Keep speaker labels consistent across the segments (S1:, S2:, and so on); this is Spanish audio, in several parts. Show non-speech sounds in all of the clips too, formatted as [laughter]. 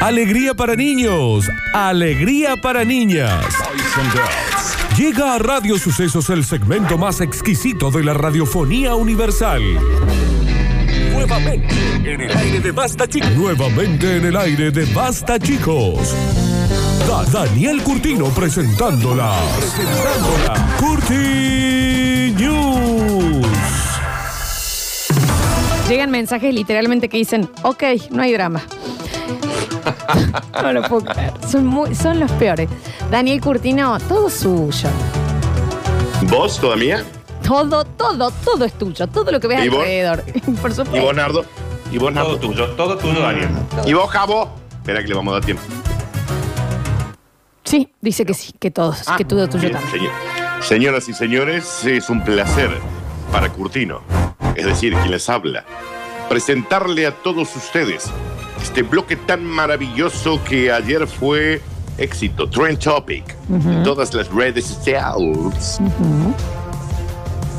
S1: Alegría para niños, alegría para niñas. Llega a Radio Sucesos el segmento más exquisito de la radiofonía universal. Nuevamente en el aire de Basta Chicos. Nuevamente en el aire de Basta Chicos. Da- Daniel Curtino presentándola. Presentándola. Curti News.
S2: Llegan mensajes literalmente que dicen, ok, no hay drama. no lo puedo creer. Son, muy- son los peores. Daniel Curtino, todo suyo.
S3: ¿Vos todavía?
S2: Todo, todo, todo es tuyo. Todo lo que ves
S3: ¿Y vos?
S2: alrededor. [laughs] Por
S3: ¿Y vos,
S2: supuesto.
S3: Nardo? ¿Y vos,
S4: Todo
S3: Nardo?
S4: tuyo, todo tuyo, Daniel.
S3: ¿Y vos, Jabo? Espera que le vamos a dar tiempo.
S2: Sí, dice que sí, que todos, que todo tuyo
S3: Ah, Bien,
S2: también.
S3: señor- Señoras y señores, es un placer para Curtino, es decir, quien les habla, presentarle a todos ustedes este bloque tan maravilloso que ayer fue éxito, Trend Topic, en todas las redes sociales.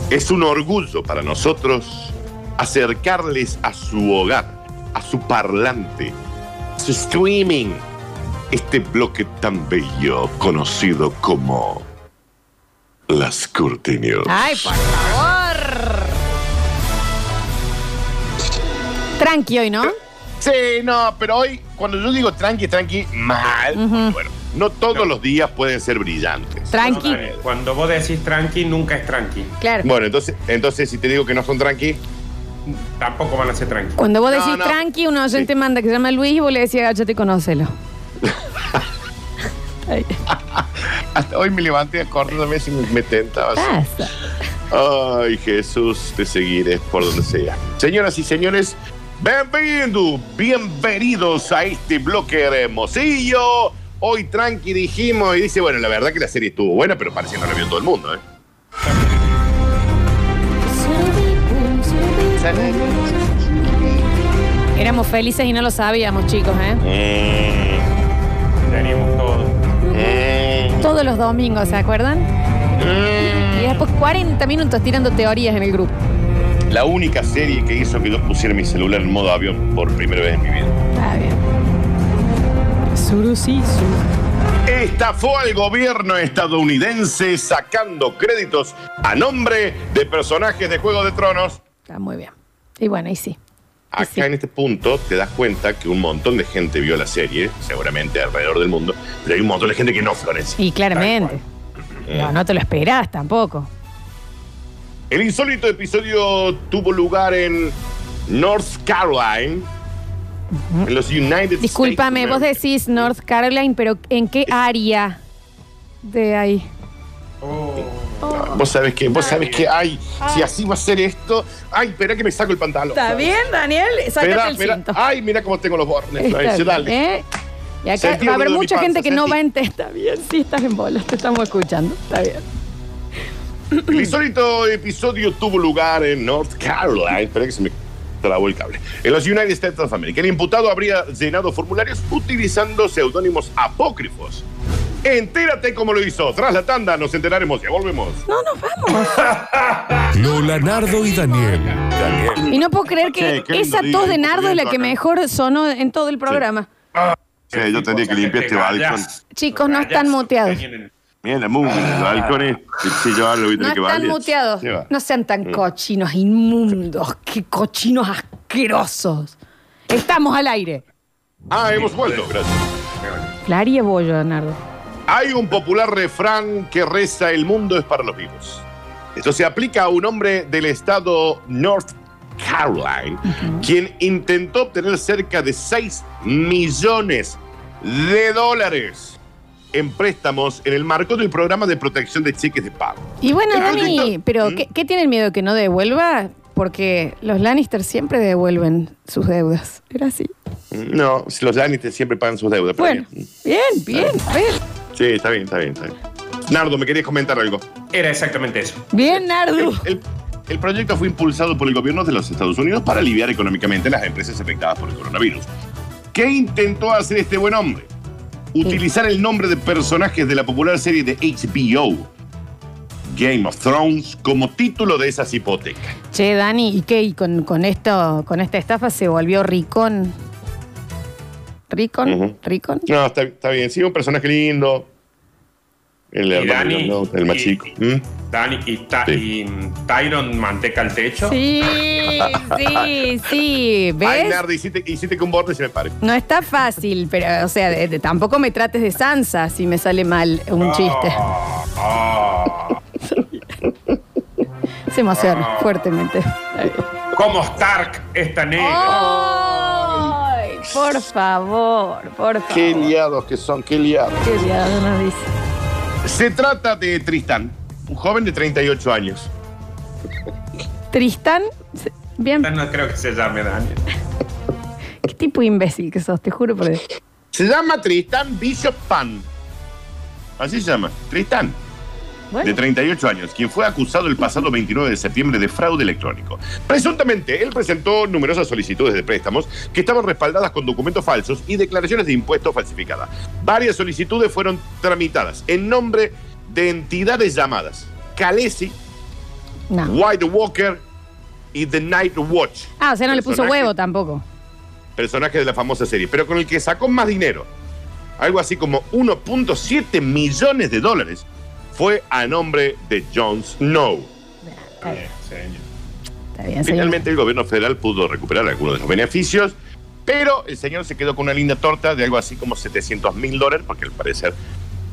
S3: Es un orgullo para nosotros acercarles a su hogar, a su parlante, su streaming, este bloque tan bello conocido como las Curtinios.
S2: Ay, por favor. Tranqui hoy, ¿no?
S3: Sí, no, pero hoy, cuando yo digo tranqui, tranqui, mal. Bueno, no todos los días pueden ser brillantes.
S2: Tranqui.
S3: No, eh,
S4: Cuando vos decís tranqui, nunca es tranqui.
S2: Claro.
S3: Bueno, entonces, entonces si te digo que no son tranqui, [laughs]
S4: Tampoco van a ser tranqui.
S2: Cuando vos
S3: No,
S2: decís
S3: no.
S2: tranqui, un oyente manda que se llama Luis y vos le decís, "Ah, agáchate y conócelo. Ay,
S3: hasta hoy me levanté a correr si me, me tentaba. así.
S2: pasa.
S3: Ay, Jesús, te seguiré por donde sea. Señoras y señores, bienvenidos, bienvenidos a este bloque hermosillo. Hoy tranqui dijimos y dice, bueno, la verdad que la serie estuvo buena, pero parece que no la vio todo el mundo, ¿eh?
S2: Éramos felices y no lo sabíamos, chicos, ¿eh?
S4: Teníamos todo.
S2: Todos los domingos, ¿se acuerdan? Y después 40 minutos tirando teorías en el grupo.
S3: La única serie que hizo que yo pusiera mi celular en modo avión por primera vez en mi vida.
S2: Está bien. Suru, sí, su.
S3: Estafó al gobierno estadounidense sacando créditos a nombre de personajes de Juego de Tronos.
S2: Está muy bien. Y bueno, ahí sí.
S3: Acá
S2: Sí.
S3: en este punto te das cuenta que un montón de gente vio la serie, seguramente alrededor del mundo, pero hay un montón de gente que no, Florencia.
S2: Y claramente. No, no te lo esperás tampoco.
S3: El insólito episodio tuvo lugar en North Carolina, en los United
S2: Discúlpame,
S3: States.
S2: vos decís North Carolina, pero ¿en qué área de ahí?
S4: Oh.
S3: Vos sabés que,
S2: Ah.
S3: vos sabés que, ay, si así va a ser esto, ay, espera que me saco el pantalón.
S2: Daniel?
S3: Espera, espera. Ay, mira ah, cómo tengo los bornes, Florencia, dale.
S2: ¿Eh? Y acá
S3: Sentí
S2: va a haber
S3: el dolor
S2: mucha
S3: de mi
S2: gente
S3: panza,
S2: que no
S3: sentí.
S2: va a entender. Está bien, sí, estás en bolas, te estamos escuchando. Está bien.
S3: El insólito episodio tuvo lugar en North Carolina. Espera que se me trabó el cable. En los United States of America, el imputado habría llenado formularios utilizando seudónimos apócrifos. Entérate cómo lo hizo. Tras la tanda nos enteraremos. Ya volvemos.
S1: Lola, Nardo y Daniel. Daniel.
S2: Y no puedo creer que
S3: Che, qué lindo
S2: esa
S3: día,
S2: tos de
S3: qué
S2: Nardo es la
S3: lindo
S2: que
S3: acá.
S2: mejor sonó en todo el programa.
S3: Eh, yo tendría que limpiar este balcón.
S2: Chicos, no están muteados.
S3: Mira la mugre, los balcones. Si yo hablo, voy a
S2: No
S3: tener que
S2: están
S3: valer.
S2: muteados.
S3: Se va.
S2: No sean tan cochinos, inmundos. Qué cochinos asquerosos. Estamos al aire.
S3: Ah, hemos vuelto. Gracias.
S2: Clary bollo, Nardo.
S3: Hay un popular refrán que reza el mundo es para los vivos. Esto se aplica a un hombre del estado North Carolina, quien intentó obtener cerca de 6 millones de dólares en préstamos en el marco del programa de protección de cheques de pago.
S2: Y bueno,
S3: El
S2: Dani,
S3: proyecto-
S2: pero
S3: ¿Mm?
S2: ¿qué, qué tienen miedo que no devuelva? Porque los Lannister siempre devuelven sus deudas. Era así.
S3: No, si los Lannister siempre pagan sus deudas. pero
S2: Bueno,
S3: bien.
S2: bien, bien, bien.
S3: Sí, está bien, está bien, está bien. Nardo, me querías comentar algo.
S4: Era exactamente eso.
S2: Bien, Nardo.
S3: El, el- el proyecto fue impulsado por el gobierno de los Estados Unidos para aliviar económicamente las empresas afectadas por el coronavirus. ¿Qué intentó hacer este buen hombre? Utilizar el nombre de personajes de la popular serie de HBO, Game of Thrones, como título de esas hipotecas.
S2: Che, Dani, ¿y qué? ¿Y con, con esto, con esta estafa se volvió ricón? Ricon,
S3: Ujú.
S2: Ricon.
S3: No, está, está bien. Sí, un personaje lindo. El
S4: Y
S3: hermano,
S4: Dani,
S3: ¿no? el más
S4: y-
S3: chico. ¿Mm?
S4: Dani y, Ta-
S3: Sí.
S4: y, mm, Tyron manteca al techo.
S3: [laughs]
S2: Sí, sí, sí.
S3: Ay,
S2: ¿Ves?
S3: Nardi, hiciste, hiciste que un borde se me pare.
S2: No está fácil, pero, o sea, de- de- tampoco me trates de Sansa si me sale mal un chiste.
S4: Ah, ah.
S2: Se emociona
S4: Ah.
S2: fuertemente.
S4: Como Stark esta
S2: Oh.
S4: negra.
S2: ¡Ay! Por favor, por favor.
S3: Qué liados que son, qué liados.
S2: Qué liado nos dice.
S3: Se trata de Tristán, un joven de 38 años.
S2: Tristán, se- bien,
S4: No creo que se llame Dani.
S2: qué tipo de imbécil que sos, te juro por Dios.
S3: Se llama Tristán Bishop Pan. Así se llama, Tristán. de
S2: Bueno,
S3: 38 años, quien fue acusado el pasado 29 de septiembre de fraude electrónico. Presuntamente, él presentó numerosas solicitudes de préstamos que estaban respaldadas con documentos falsos y declaraciones de impuestos falsificadas. Varias solicitudes fueron tramitadas en nombre de entidades llamadas Calesi,
S2: no.
S3: White Walker y The Night Watch,
S2: Ah, o sea, no le puso
S3: Personaje.
S2: huevo tampoco.
S3: personajes de la famosa serie, pero con el que sacó más dinero. Algo así como 1.7 millones de dólares fue a nombre de Jon Snow.
S2: Está bien,
S4: Señor.
S2: está bien, señor.
S3: Finalmente el gobierno federal pudo recuperar algunos de los beneficios, pero el señor se quedó con una linda torta de algo así como 700 mil dólares, porque al parecer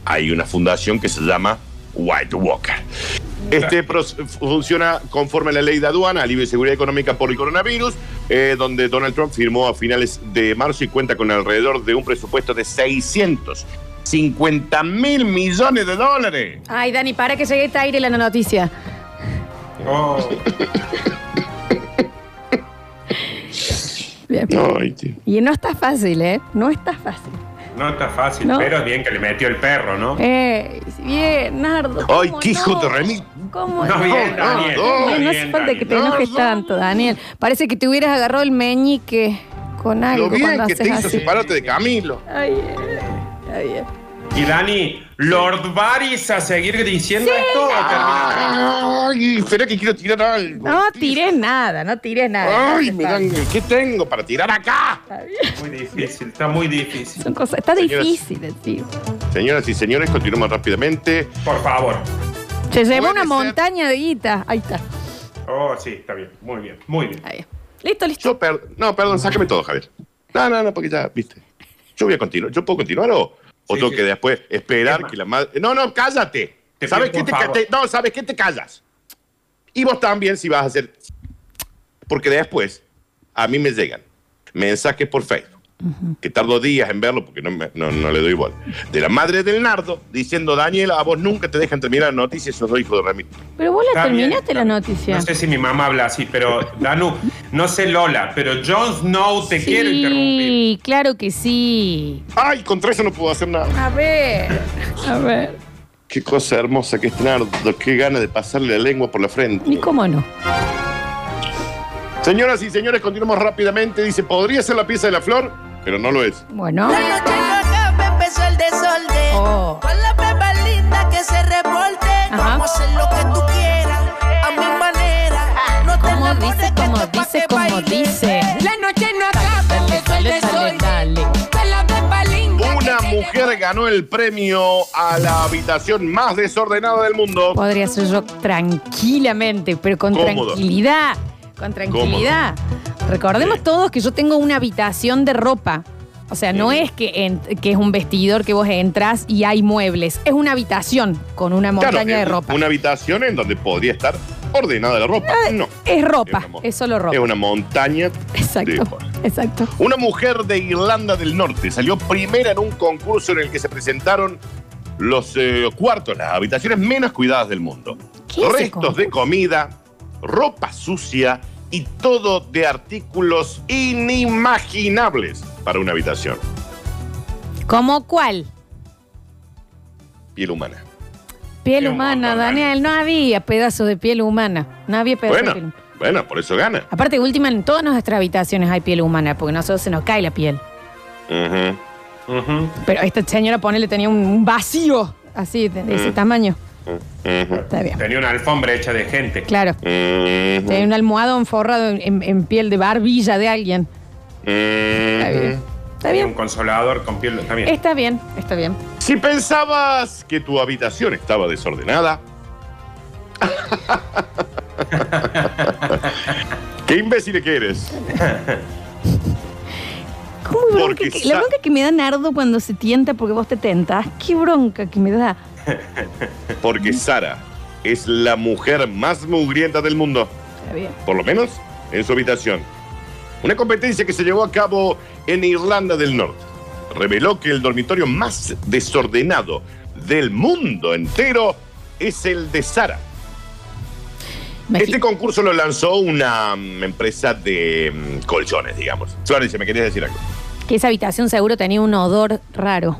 S3: hay una fundación que se llama White Walker. Este pros- funciona conforme a la ley de aduana, alivio y seguridad económica por el coronavirus, eh, donde Donald Trump firmó a finales de marzo y cuenta con alrededor de un presupuesto de 650 mil millones de dólares.
S2: Ay, Dani, para que llegue este aire la noticia.
S4: Oh,
S2: Bien.
S3: Ay, tío.
S2: Y no está fácil, ¿eh? No está fácil.
S4: no está fácil,
S2: No.
S4: pero bien que le metió el perro, ¿no?
S2: Eh, bien, Nardo.
S3: Ay,
S2: ¿cómo
S3: qué hijo de remil-
S2: ¿Cómo
S4: No,
S2: no?
S4: bien,
S3: Daniel,
S2: no,
S4: bien,
S2: no hace falta
S4: Daniel.
S2: que te
S3: No,
S2: enojes
S3: no.
S2: tanto, Daniel. Parece que te hubieras agarrado el meñique con algo
S3: Lo bien
S2: cuando
S3: que
S2: haces
S3: te hizo
S2: así.
S3: separarte de Camilo.
S2: Ay, eh, ay, eh.
S4: Y Dani, Lord Varys a seguir diciendo esto o
S3: Ah.
S4: termina.
S3: Ay, espera que quiero tirar algo.
S2: No tiré nada, no tiré nada.
S3: Ay,
S2: No
S3: me
S2: hace
S3: dan.
S2: falta.
S3: ¿Qué tengo para tirar acá?
S2: Está bien.
S4: Muy difícil, está muy difícil.
S2: Son cosas, está
S3: Señoras.
S2: difícil, tío.
S3: Señoras y señores, continuamos rápidamente.
S4: Por favor.
S2: Se llevó
S3: Puede
S2: una
S3: ser.
S2: montaña de guita. Ahí está,
S4: Oh, sí, está bien, muy bien, muy bien.
S2: ahí. Listo, listo.
S3: Yo per- No, perdón, sácame todo, Javier. No, no, no, porque ya, viste. Yo voy a continuar. ¿Yo puedo continuar o, o
S4: Sí,
S3: tengo
S4: sí.
S3: que después esperar
S4: Emma.
S3: que la madre. No, no, cállate.
S4: Te
S3: ¿Sabes qué
S4: pido
S3: te,
S4: por
S3: ca-
S4: favor.
S3: te- No, ¿sabes qué te callas? Y vos también, si vas a hacer. Porque después, a mí me llegan mensajes por Facebook. Que tardo días en verlo porque no, me- no- no le doy bola. De la madre del nardo diciendo, Daniel, a vos nunca te dejan terminar la noticia, sos hijo de Ramiro.
S2: Pero vos la
S4: Está bien,
S2: terminaste
S4: está
S2: la
S4: bien.
S2: noticia.
S4: No sé si mi mamá habla así, pero Danu, no sé Lola, pero Jon Snow te quiero interrumpir.
S2: Sí, claro que sí.
S3: Ay, contra eso no puedo hacer nada.
S2: A ver, a ver.
S3: Qué cosa hermosa que es tener, qué gana de pasarle la lengua por la frente.
S2: ¿Y cómo no?
S3: Señoras y señores, continuamos rápidamente. Dice, podría ser la pieza de la flor, pero no lo es.
S2: Bueno.
S5: Cuando llega acá me empezó el desorden.
S2: Ah. Oh.
S5: Con la beba linda que se reporte.
S2: Ajá.
S5: Vamos a hacer lo que tú quieras, a mi manera. No te
S2: Como
S5: enamores,
S2: dice,
S5: que
S2: como
S5: esto pa'
S2: dice,
S5: que
S2: como
S5: baile.
S2: dice.
S5: La noche no acaba, empezó el desorden. Con la beba linda
S3: Una
S5: que se
S3: mujer ganó el premio a la habitación más desordenada del mundo.
S2: Podría ser yo tranquilamente, pero con
S3: Cómodo.
S2: tranquilidad. Con tranquilidad. Recordemos
S3: Sí.
S2: todos que yo tengo una habitación de ropa. O sea, no es que, ent- que es un vestidor que vos entras y hay muebles. Es una habitación con una
S3: Claro,
S2: montaña de
S3: es
S2: ropa.
S3: Una habitación en donde podría estar ordenada la ropa. No.
S2: Es
S3: Es
S2: ropa,
S3: una mo-
S2: es solo
S3: Es
S2: ropa.
S3: una montaña.
S2: Exacto,
S3: de-
S2: exacto.
S3: Una mujer de Irlanda del Norte salió primera en un concurso en el que se presentaron los eh, cuartos, las habitaciones menos cuidadas del mundo.
S2: ¿Qué es ese
S3: Restos de
S2: concurso?
S3: comida, ropa sucia y todo de artículos inimaginables para una habitación.
S2: ¿Cómo cuál?
S3: Piel humana.
S2: Piel
S4: Era un
S2: humana,
S4: montón,
S2: Daniel. No había pedazo de piel humana. No había pedazo de piel
S3: Bueno,
S2: humana.
S3: bueno, por eso gana.
S2: Aparte, última, en todas nuestras habitaciones hay piel humana, porque a nosotros se nos cae la piel.
S3: Ujú.
S4: Ujú.
S2: Pero esta señora, ponele, tenía un vacío así, de, de
S3: Mm.
S2: ese tamaño.
S3: Ujú.
S2: Está bien.
S4: Tenía una alfombra hecha de gente.
S2: Claro.
S3: Ujú.
S2: Tenía un almohadón forrado en, en- en piel de barbilla de alguien.
S3: Ujú.
S2: Está bien. Está bien.
S4: Un consolador con piel. Está bien.
S2: Está bien, está bien.
S3: Si pensabas que tu habitación estaba desordenada, [laughs] qué imbécil que eres.
S2: ¿Cómo bronca
S3: Porque
S2: que-
S3: sa-
S2: la bronca que me da Nardo cuando se tienta porque vos te tentas. Qué bronca que me da.
S3: Porque Sara es la mujer más mugrienta del mundo,
S2: Está bien.
S3: por lo menos en su habitación. Una competencia que se llevó a cabo en Irlanda del Norte reveló que el dormitorio más desordenado del mundo entero es el de Sara.
S2: Me
S3: Este concurso lo lanzó una mm, empresa de mm, colchones, digamos. Florencia, me querías decir algo.
S2: fi- que esa habitación seguro tenía un odor raro.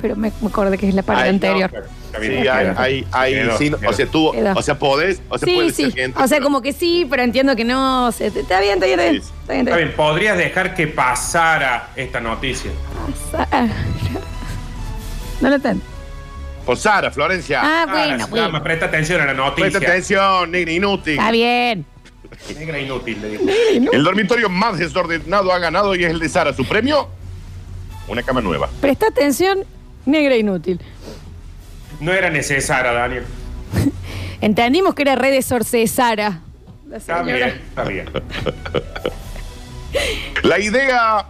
S2: Pero me, me acordé que es la parte
S3: Ay, no,
S2: anterior.
S4: Está
S3: Sí, hay,
S4: bien. Queda.
S3: hay, hay,
S4: Quedó,
S3: sí, no,
S4: quedó.
S3: o sea, tú,
S2: Quedó.
S3: o sea, podés, o sea,
S2: sí,
S3: puede
S2: sí.
S3: ser gente,
S2: o sea,
S3: pero-
S2: como que sí, pero entiendo que no. se- está bien, está bien, está bien.
S3: Sí, sí.
S2: Está bien,
S4: Está
S2: está bien.
S4: bien, podrías dejar que pasara esta noticia.
S2: Sa- Ah, No lo tengo.
S3: Por Sara, Florencia.
S2: Ah,
S4: Sara,
S2: bueno,
S4: dama,
S2: bueno.
S4: presta atención a la
S3: Presta
S4: noticia.
S3: atención, negra inútil.
S2: Está bien.
S4: Negra inútil, le digo.
S3: El dormitorio más desordenado ha ganado y es el de Sara. Su premio, una cama nueva.
S2: Presta atención, negra e inútil.
S4: No era necesaria, Daniel.
S2: Entendimos que era redes Sara. La
S4: Está bien,
S2: señora.
S4: está bien.
S3: La idea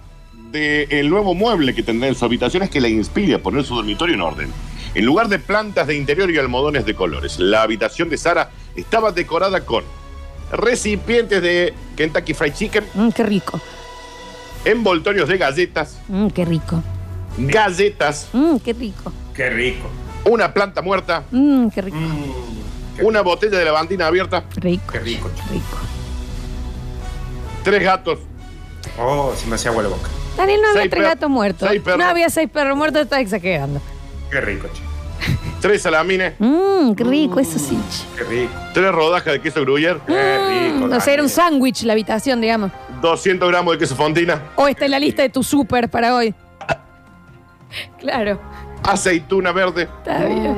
S3: del nuevo mueble que tendrá en su habitación es que la inspire a poner su dormitorio en orden. En lugar de plantas de interior y almohadones de colores, la habitación de Sara estaba decorada con recipientes de Kentucky Fried Chicken,
S2: Mm, qué rico.
S3: envoltorios de galletas,
S2: Mm, qué rico.
S3: galletas,
S2: Mm, qué rico.
S4: Qué rico.
S3: una planta muerta,
S2: Mm, qué rico.
S4: Mm, qué,
S3: una botella de lavandina abierta,
S2: Rico.
S4: qué rico.
S2: Rico.
S3: tres gatos,
S4: Oh, se me hacía agua la boca.
S2: Daniel, no había
S3: Seis
S2: tres
S3: per-
S2: gatos muertos.
S3: seis perros.
S2: No había seis perros muertos, estás exagerando.
S4: Qué rico, che.
S3: tres salamines,
S2: Mmm, qué rico, eso sí. che.
S4: Qué rico.
S3: tres rodajas de queso gruyere,
S4: Qué rico.
S2: Mm, o sea, era un
S4: Daniel.
S2: sándwich la habitación, digamos.
S3: 200 gramos de queso fontina,
S2: O está en la lista de tu súper para hoy. Claro,
S3: aceituna verde,
S2: está bien.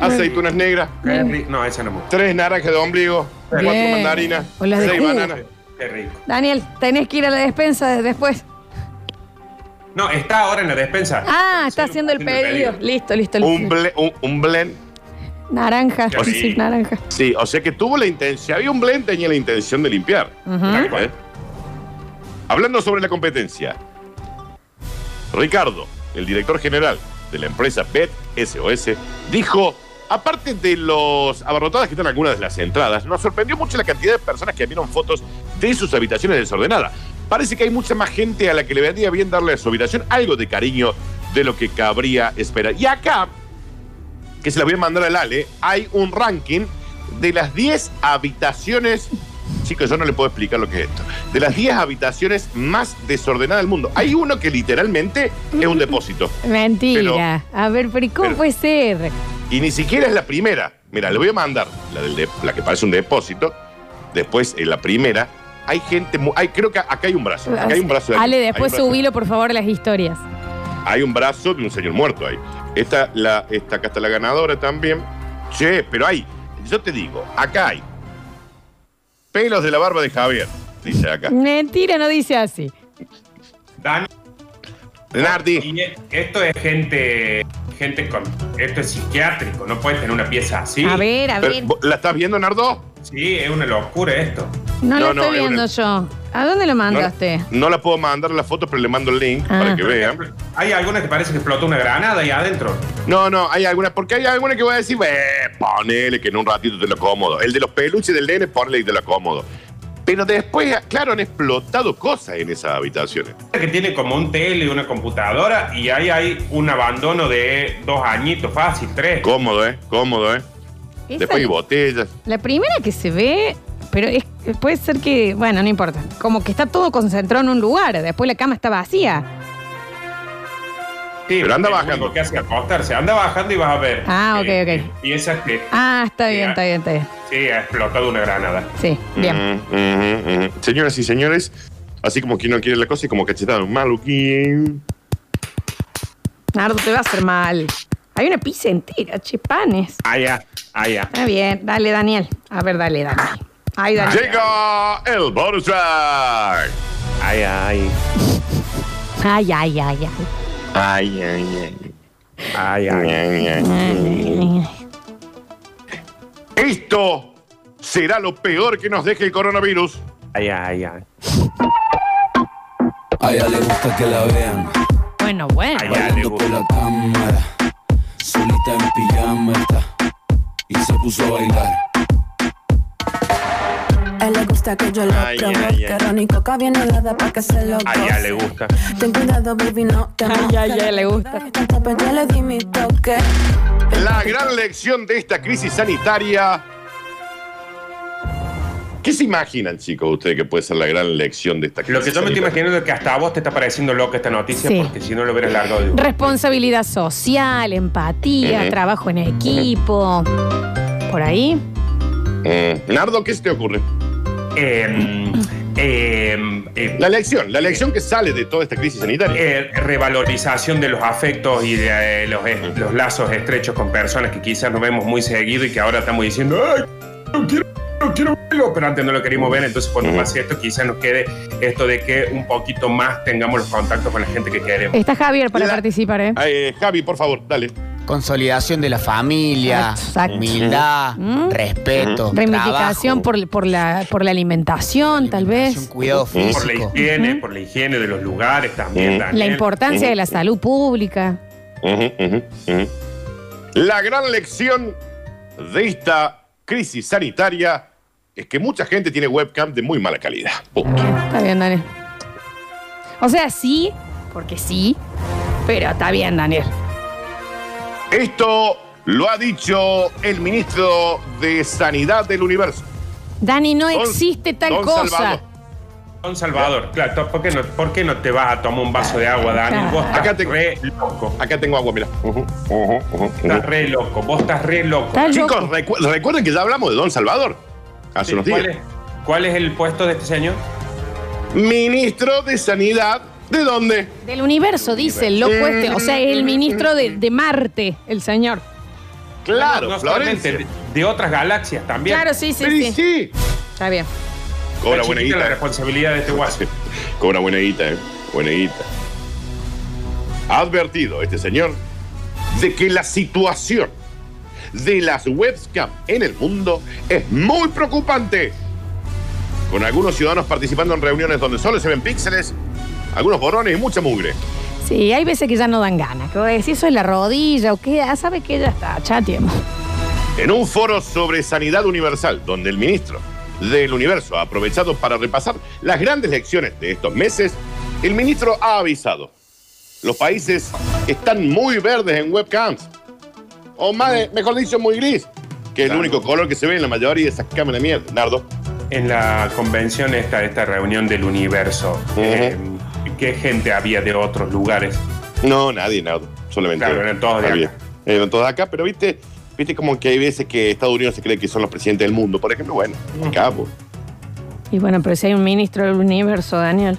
S3: aceitunas negras,
S4: Qué
S2: Mm.
S4: rico. No, esa no me gusta.
S3: tres naranjas de ombligo, cuatro
S2: Bien.
S3: mandarinas,
S2: O las de
S3: seis
S2: jugo.
S3: bananas.
S4: Qué rico.
S2: Daniel, tenés que ir a la despensa de- después.
S4: No, está ahora en la despensa.
S2: Ah, está
S4: Sí,
S2: haciendo el pedido. Listo, listo,
S3: un,
S2: listo.
S3: ble- un, un blend.
S2: Naranja,
S4: Qué
S2: sí, sí, [laughs]
S4: rico.
S2: naranja.
S3: Sí, o sea que tuvo la intención, había un blend, tenía la intención de limpiar.
S2: Ujú.
S3: ¿Eh? Hablando sobre la competencia, Ricardo, el director general de la empresa Bet SOS, dijo, aparte de los abarrotadas que están algunas de las entradas, nos sorprendió mucho la cantidad de personas que vieron fotos de sus habitaciones desordenadas. Parece que hay mucha más gente a la que le vendría bien darle a su habitación algo de cariño de lo que cabría esperar. Y acá, que se la voy a mandar al Ale, hay un ranking de las 10 habitaciones. Chicos, yo no le puedo explicar lo que es esto. De las 10 habitaciones más desordenadas del mundo. Hay uno que literalmente es un depósito.
S2: Mentira. a ver, pero ¿y ¿cómo
S3: pero-
S2: puede ser?
S3: Y ni siquiera es la primera. Mira, le voy a mandar la, del de- la que parece un depósito. Después, en la primera, hay gente. mu- Hay, creo que acá hay un brazo. Acá hay un brazo. de-
S2: Ale,
S3: hay un
S2: después
S3: brazo.
S2: subilo, por favor, a las historias.
S3: Hay un brazo de un señor muerto ahí. Esta, la, esta acá está la ganadora también. Che, pero hay, yo te digo, acá hay pelos de la barba de Javier, dice acá.
S2: Mentira, no dice así.
S4: Dani,
S3: Nardi,
S4: y esto es gente. Gente con. Esto es psiquiátrico. No puedes tener una pieza así.
S2: A ver, a
S3: pero,
S2: ver.
S3: ¿vo- ¿la estás viendo, Nardo?
S4: Sí, es una locura esto.
S2: No,
S3: No,
S2: lo
S3: no,
S2: estoy
S3: es
S2: viendo
S3: una-
S2: yo. ¿A dónde lo
S3: No,
S2: mandaste?
S3: no la puedo mandar la foto, pero le mando el link
S2: Ah.
S3: para que vean.
S4: Hay algunas que parece que explotó una granada ahí adentro.
S3: No, no, hay alguna, porque hay alguna que voy a decir, eh, ponele que en un ratito te lo acomodo. El de los peluches del nene, ponele y te lo acomodo. Pero después, claro, han explotado cosas en esas habitaciones.
S4: que tiene como un tele, una computadora y ahí hay un abandono de dos añitos, fácil, tres.
S3: Cómodo, ¿eh? Cómodo, ¿eh?
S2: Esa
S3: Después hay
S2: es
S3: botellas.
S2: La primera que se ve, pero es, puede ser que, bueno, no importa. Como que está todo concentrado en un lugar. Después la cama está vacía.
S4: Sí,
S3: Pero anda
S4: es lo
S3: bajando.
S4: único que hace acostarse, anda bajando y vas a ver.
S2: Ah, ok,
S4: eh,
S2: ok.
S4: Piezas que
S2: Ah, está
S4: Sí,
S2: bien,
S4: ah.
S2: está bien, está bien.
S4: sí, ha explotado una granada.
S2: Sí,
S3: Mm,
S2: bien.
S3: Ujú, ujú, ujú. mm, Señoras y señores, así como quien no quiere la cosa y como cachetada maluquín.
S2: Nardo, te va a hacer mal. Hay una pizza entera, che, panes.
S4: Allá, allá.
S2: Está bien, dale, Daniel. A ver, dale, Daniel. Ay, Daniel.
S3: Llega el bonus track.
S4: Ay, ay.
S2: Ay, ay, ay, ay.
S3: Ay, ay, ay.
S4: Ay, ay.
S3: Ay, ay, ay. Esto será lo peor que nos deje el coronavirus.
S4: Ay, ay, ay.
S6: A ella le gusta que la vean
S2: Bueno, bueno.
S4: Ay, ay.
S6: bailando con la cámara. Solita en pijama está y se puso a bailar.
S7: A él le gusta que yo lo
S3: Ay,
S7: provoque.
S3: ay, ay.
S7: Ron y coca bien helada para que se lo
S4: Ay, ay, ah, le
S7: goce.
S4: gusta.
S7: Ten cuidado, baby, no te
S2: Ay,
S7: mojes.
S2: ay, ay, le gusta.
S7: Tanta pena, ya le di mi toque.
S3: La gran lección de esta crisis sanitaria. ¿Qué se imaginan, chicos, ustedes que puede ser la gran lección de esta crisis?
S4: Lo que yo me estoy
S3: sanitaria?
S4: imaginando es que hasta a vos te está pareciendo loca esta noticia
S2: Sí.
S4: porque si no lo hubieras largado de
S2: Responsabilidad social, empatía,
S3: Ujú.
S2: trabajo en equipo. Por ahí.
S3: Mm. Nardo, ¿qué se te ocurre?
S4: Eh, eh, eh,
S3: La lección, la lección que sale de toda esta crisis sanitaria.
S4: eh, revalorización de los afectos y de eh, los, es- los lazos estrechos con personas que quizás nos vemos muy seguido y que ahora estamos diciendo, ¡ay! No quiero, no quiero verlo", pero antes no lo queríamos ver, entonces cuando pase esto quizás nos quede esto de que un poquito más tengamos los contactos con la gente que queremos.
S2: Está Javier para
S3: La-
S2: participar, ¿eh?
S3: Eh, Javi, por favor, dale.
S8: Consolidación de la familia,
S2: Exacto.
S8: humildad,
S2: Mm.
S8: respeto,
S2: Reivindicación
S8: trabajo,
S2: por, por, la, por la alimentación, tal
S8: alimentación,
S2: vez.
S8: Cuidado
S4: Por la
S8: físico.
S4: higiene, por la higiene de los lugares también.
S3: Ujú.
S2: La
S4: Daniel.
S2: importancia de la salud pública.
S3: Ujú, ujú, ujú. La gran lección de esta crisis sanitaria es que mucha gente tiene webcam de muy mala calidad. Punto.
S2: Está bien, Daniel. O sea, sí, porque sí, pero está bien, Daniel.
S3: Esto lo ha dicho el ministro de Sanidad del Universo.
S2: Dani, no
S3: Don-
S2: existe tal
S3: Don
S2: cosa.
S3: Salvador.
S4: Don Salvador, claro, ¿por qué, no, por qué no te vas a tomar un vaso de agua, Dani? Vos estás
S3: Acá te-
S4: re loco.
S3: Acá tengo agua, mira. Ujú, ujú, ujú,
S4: Estás
S3: ujú.
S4: re loco, vos estás re loco.
S2: Está loco.
S3: Chicos, recu- recuerden que ya hablamos de Don Salvador hace
S4: Sí,
S3: unos
S4: ¿cuál,
S3: días.
S4: es, cuál es el puesto de este señor?
S3: Ministro de Sanidad, ¿de dónde?
S2: Del universo, dice el loco este. O sea, es el ministro de, de Marte, el señor.
S3: Claro,
S4: No solamente,
S3: Florencia.
S4: de, de otras galaxias también.
S2: Claro, sí, sí,
S3: Pero y
S2: sí.
S3: sí.
S2: Está bien.
S3: Cobra
S4: Está
S3: buena
S4: chiquita la
S3: guita.
S4: responsabilidad de este guaso.
S3: eh. Cobra buena guita, eh. Buena guita. Ha advertido este señor de que la situación de las webcam en el mundo es muy preocupante. Con algunos ciudadanos participando en reuniones donde solo se ven píxeles, algunos borrones y mucha mugre.
S2: Sí, hay veces que ya no dan ganas. Que vos decís, eso es la rodilla o qué. Ah, sabe que ya está, chateemos.
S3: En un foro sobre sanidad universal, donde el ministro del universo ha aprovechado para repasar las grandes lecciones de estos meses, el ministro ha avisado. Los países están muy verdes en webcams. O más, de- mejor dicho, muy gris. Que es el único color que se ve en la mayoría de esas cámaras de mierda, Nardo.
S4: En la convención esta, esta reunión del universo,
S3: Ujú.
S4: eh, ¿qué gente había de otros lugares?
S3: No, nadie, Nardo. Solamente.
S4: Claro, eran todos de
S3: había-
S4: acá.
S3: Eran todos de acá, pero viste, viste como que hay veces que Estados Unidos se cree que son los presidentes del mundo. Por ejemplo, bueno,
S4: Mm.
S3: acá, pues.
S2: Y bueno, pero si hay un ministro del universo, Daniel.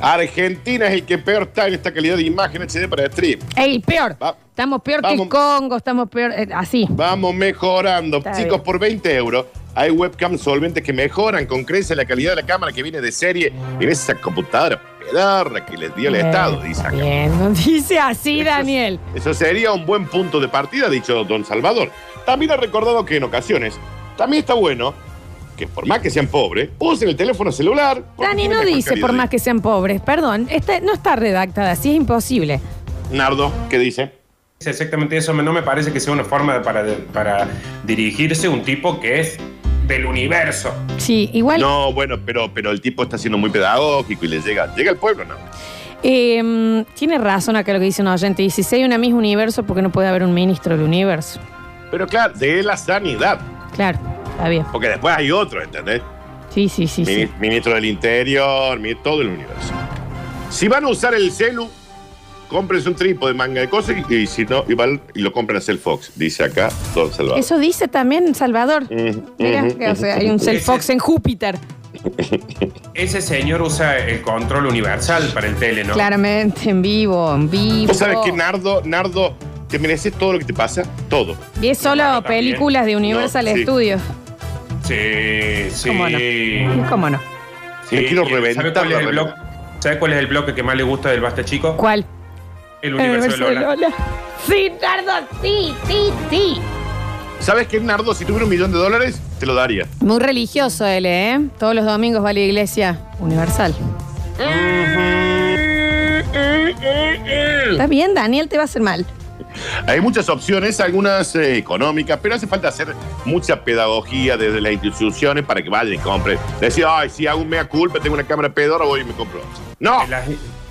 S3: Argentina es el que peor está en esta calidad de imagen HD para stream.
S2: ¡Ey, peor!
S3: Va-
S2: Estamos peor
S3: vamos.
S2: que Congo, estamos peor. eh, así.
S3: Vamos mejorando.
S2: Está
S3: Chicos,
S2: bien.
S3: por 20 euros hay webcam solventes que mejoran con creces la calidad de la cámara que viene de serie en esa computadora pedarra que les dio el
S2: Bien,
S3: Estado, dice acá.
S2: Eh, Bien, no dice así,
S3: Eso es-
S2: Daniel.
S3: Eso sería un buen punto de partida, ha dicho Don Salvador. También ha recordado que en ocasiones también está bueno que por más que sean pobres, usen el teléfono celular. porque
S2: Dani
S3: tiene
S2: no
S3: mejor
S2: dice
S3: calidad
S2: por
S3: de-
S2: más que sean pobres. Perdón, esta no está redactada así, es imposible.
S3: Nardo, ¿qué dice?
S4: Es exactamente eso. No me parece que sea una forma de- para, de- para dirigirse un tipo que es del universo.
S2: Sí, igual.
S3: No, bueno, pero, pero el tipo está siendo muy pedagógico y le llega. Llega al pueblo, ¿no?
S2: eh, tiene razón acá lo que dice un oyente. Dice: si hay una Miss Universo, ¿por qué no puede haber un ministro del universo?
S3: Pero claro, de la sanidad.
S2: Claro, está bien.
S3: Porque después hay otros, ¿entendés?
S2: Sí, sí, sí.
S3: Mini-
S2: sí.
S3: Ministro del Interior, mi- todo el universo. Si van a usar el celu, cómprense un tripo de manga de cosas y, y si no, igual y lo compran a Cell Fox, dice acá Don Salvador. Mm,
S2: Eso dice también Salvador.
S3: Ujú,
S2: Mira,
S3: ujú,
S2: que, o sea,
S3: mm,
S2: hay un
S4: ujú.
S2: Cell Fox en Júpiter.
S4: Ese señor usa el control universal para el tele, ¿no?
S2: Claramente, en vivo, en vivo.
S3: ¿Vos sabes que Nardo, Nardo, te mereces todo lo que te pasa? Todo.
S2: Y es solo
S4: También.
S2: películas de Universal
S3: No, sí.
S2: Studios.
S4: Sí, sí.
S2: ¿Cómo no? ¿Cómo no?
S4: Sí,
S3: Me quiero
S4: ¿sabe
S3: reventar
S4: cuál, es
S3: la
S4: el
S3: remera.
S4: blog, ¿Sabes cuál es el bloque que más le gusta del Basta Chico?
S2: ¿Cuál?
S4: El universo de Lola.
S2: Sí, Nardo, sí, sí, sí.
S3: ¿Sabes qué, Nardo? Si tuviera un millón de dólares, te lo daría.
S2: Muy religioso él, ¿eh? Todos los domingos va a la iglesia universal. Está bien, Daniel, te va a hacer mal.
S3: Hay muchas opciones, algunas eh, económicas, pero hace falta hacer mucha pedagogía desde las instituciones para que vayan y compren. Decir, ay, si hago un mea culpa, tengo una cámara pedora, voy y me compro. otra". No,
S4: De las,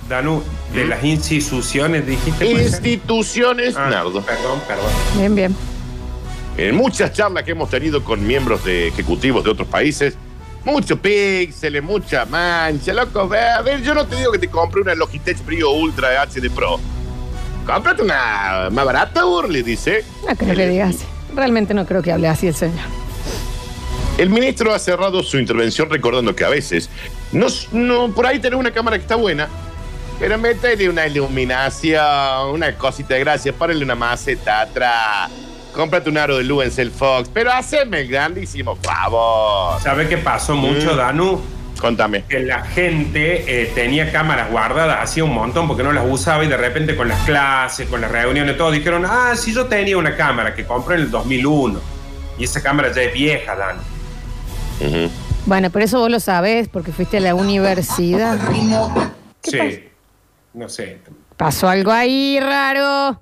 S4: Danu, de las instituciones dijiste. puede ser?
S3: instituciones,
S4: Ah,
S3: Nardo.
S4: Perdón, perdón.
S2: Bien, bien.
S3: En muchas charlas que hemos tenido con miembros de ejecutivos de otros países, mucho píxeles, mucha mancha, loco. ve, A ver, yo no te digo que te compre una Logitech Brio Ultra HD Pro. Cómprate una más barata, Urli, dice.
S2: No creo que digas así. Realmente no creo que hable así el señor.
S3: El ministro ha cerrado su intervención recordando que a veces no, no, por ahí tenés una cámara que está buena, pero meterle una iluminación, una cosita de gracia, párale una maceta atrás, cómprate un aro de luz en Cellfox, pero haceme el grandísimo favor.
S4: ¿Sabes qué pasó mucho,
S3: Mm.
S4: Danu?
S3: Contame.
S4: Que la gente eh, tenía cámaras guardadas, hacía un montón porque no las usaba y de repente con las clases, con las reuniones, todo, dijeron, ah, sí, yo tenía una cámara que compré en el 2001. Y esa cámara ya es vieja, Danu.
S2: Bueno, pero eso vos lo sabés porque fuiste a la universidad.
S4: sí. No sé.
S2: Pasó algo ahí raro.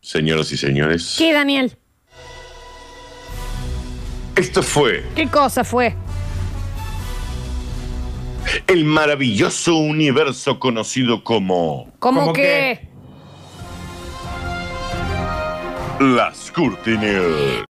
S3: Señoras y señores,
S2: ¿Qué, Daniel?
S3: esto fue
S2: ¿Qué cosa fue?
S3: el maravilloso universo conocido como
S2: ¿Cómo,
S4: ¿Cómo
S2: que?
S3: las Curti News.